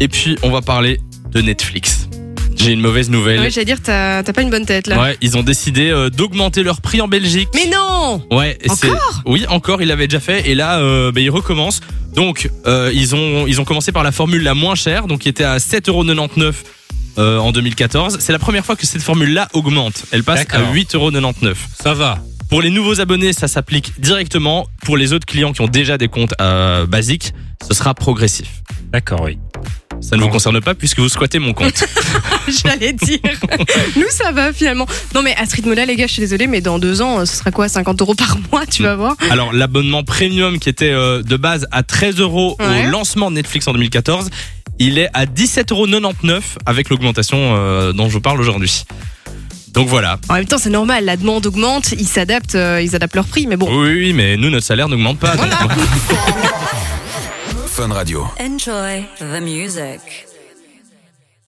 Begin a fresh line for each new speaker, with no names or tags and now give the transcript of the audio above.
Et puis, on va parler de Netflix. J'ai une mauvaise nouvelle.
Ouais, j'allais dire, t'as t'as pas une bonne tête là.
Ouais, ils ont décidé euh, d'augmenter leur prix en Belgique.
Mais non
Ouais, et c'est-
Encore
Oui, encore, ils l'avaient déjà fait et là, euh, bah, ils recommencent. Donc, euh, ils, ont, ils ont commencé par la formule la moins chère, donc qui était à 7,99€ euh, en 2014. C'est la première fois que cette formule-là augmente. Elle passe à
D'accord.
8,99€.
Ça va.
Pour les nouveaux abonnés, ça s'applique directement. Pour les autres clients qui ont déjà des comptes euh, basiques, ce sera progressif.
D'accord, oui.
Ça ne vous
Bon.
concerne pas puisque vous squattez mon compte.
J'allais dire. Nous, ça va finalement. Non, mais à ce rythme-là, les gars, je suis désolée, mais dans deux ans, euh, ce sera quoi 50 euros par mois, tu
Mm.
vas voir
Alors l'abonnement premium qui était euh, de base à 13 euros
Ouais.
au lancement de Netflix en 2014, il est à 17,99 euros avec l'augmentation euh, dont je vous parle aujourd'hui. Donc voilà.
En même temps, c'est normal, la demande augmente, ils s'adaptent, euh, ils adaptent leur prix, mais bon.
Oui, oui, mais nous, notre salaire n'augmente pas. donc-
Fun Radio.
Enjoy the music.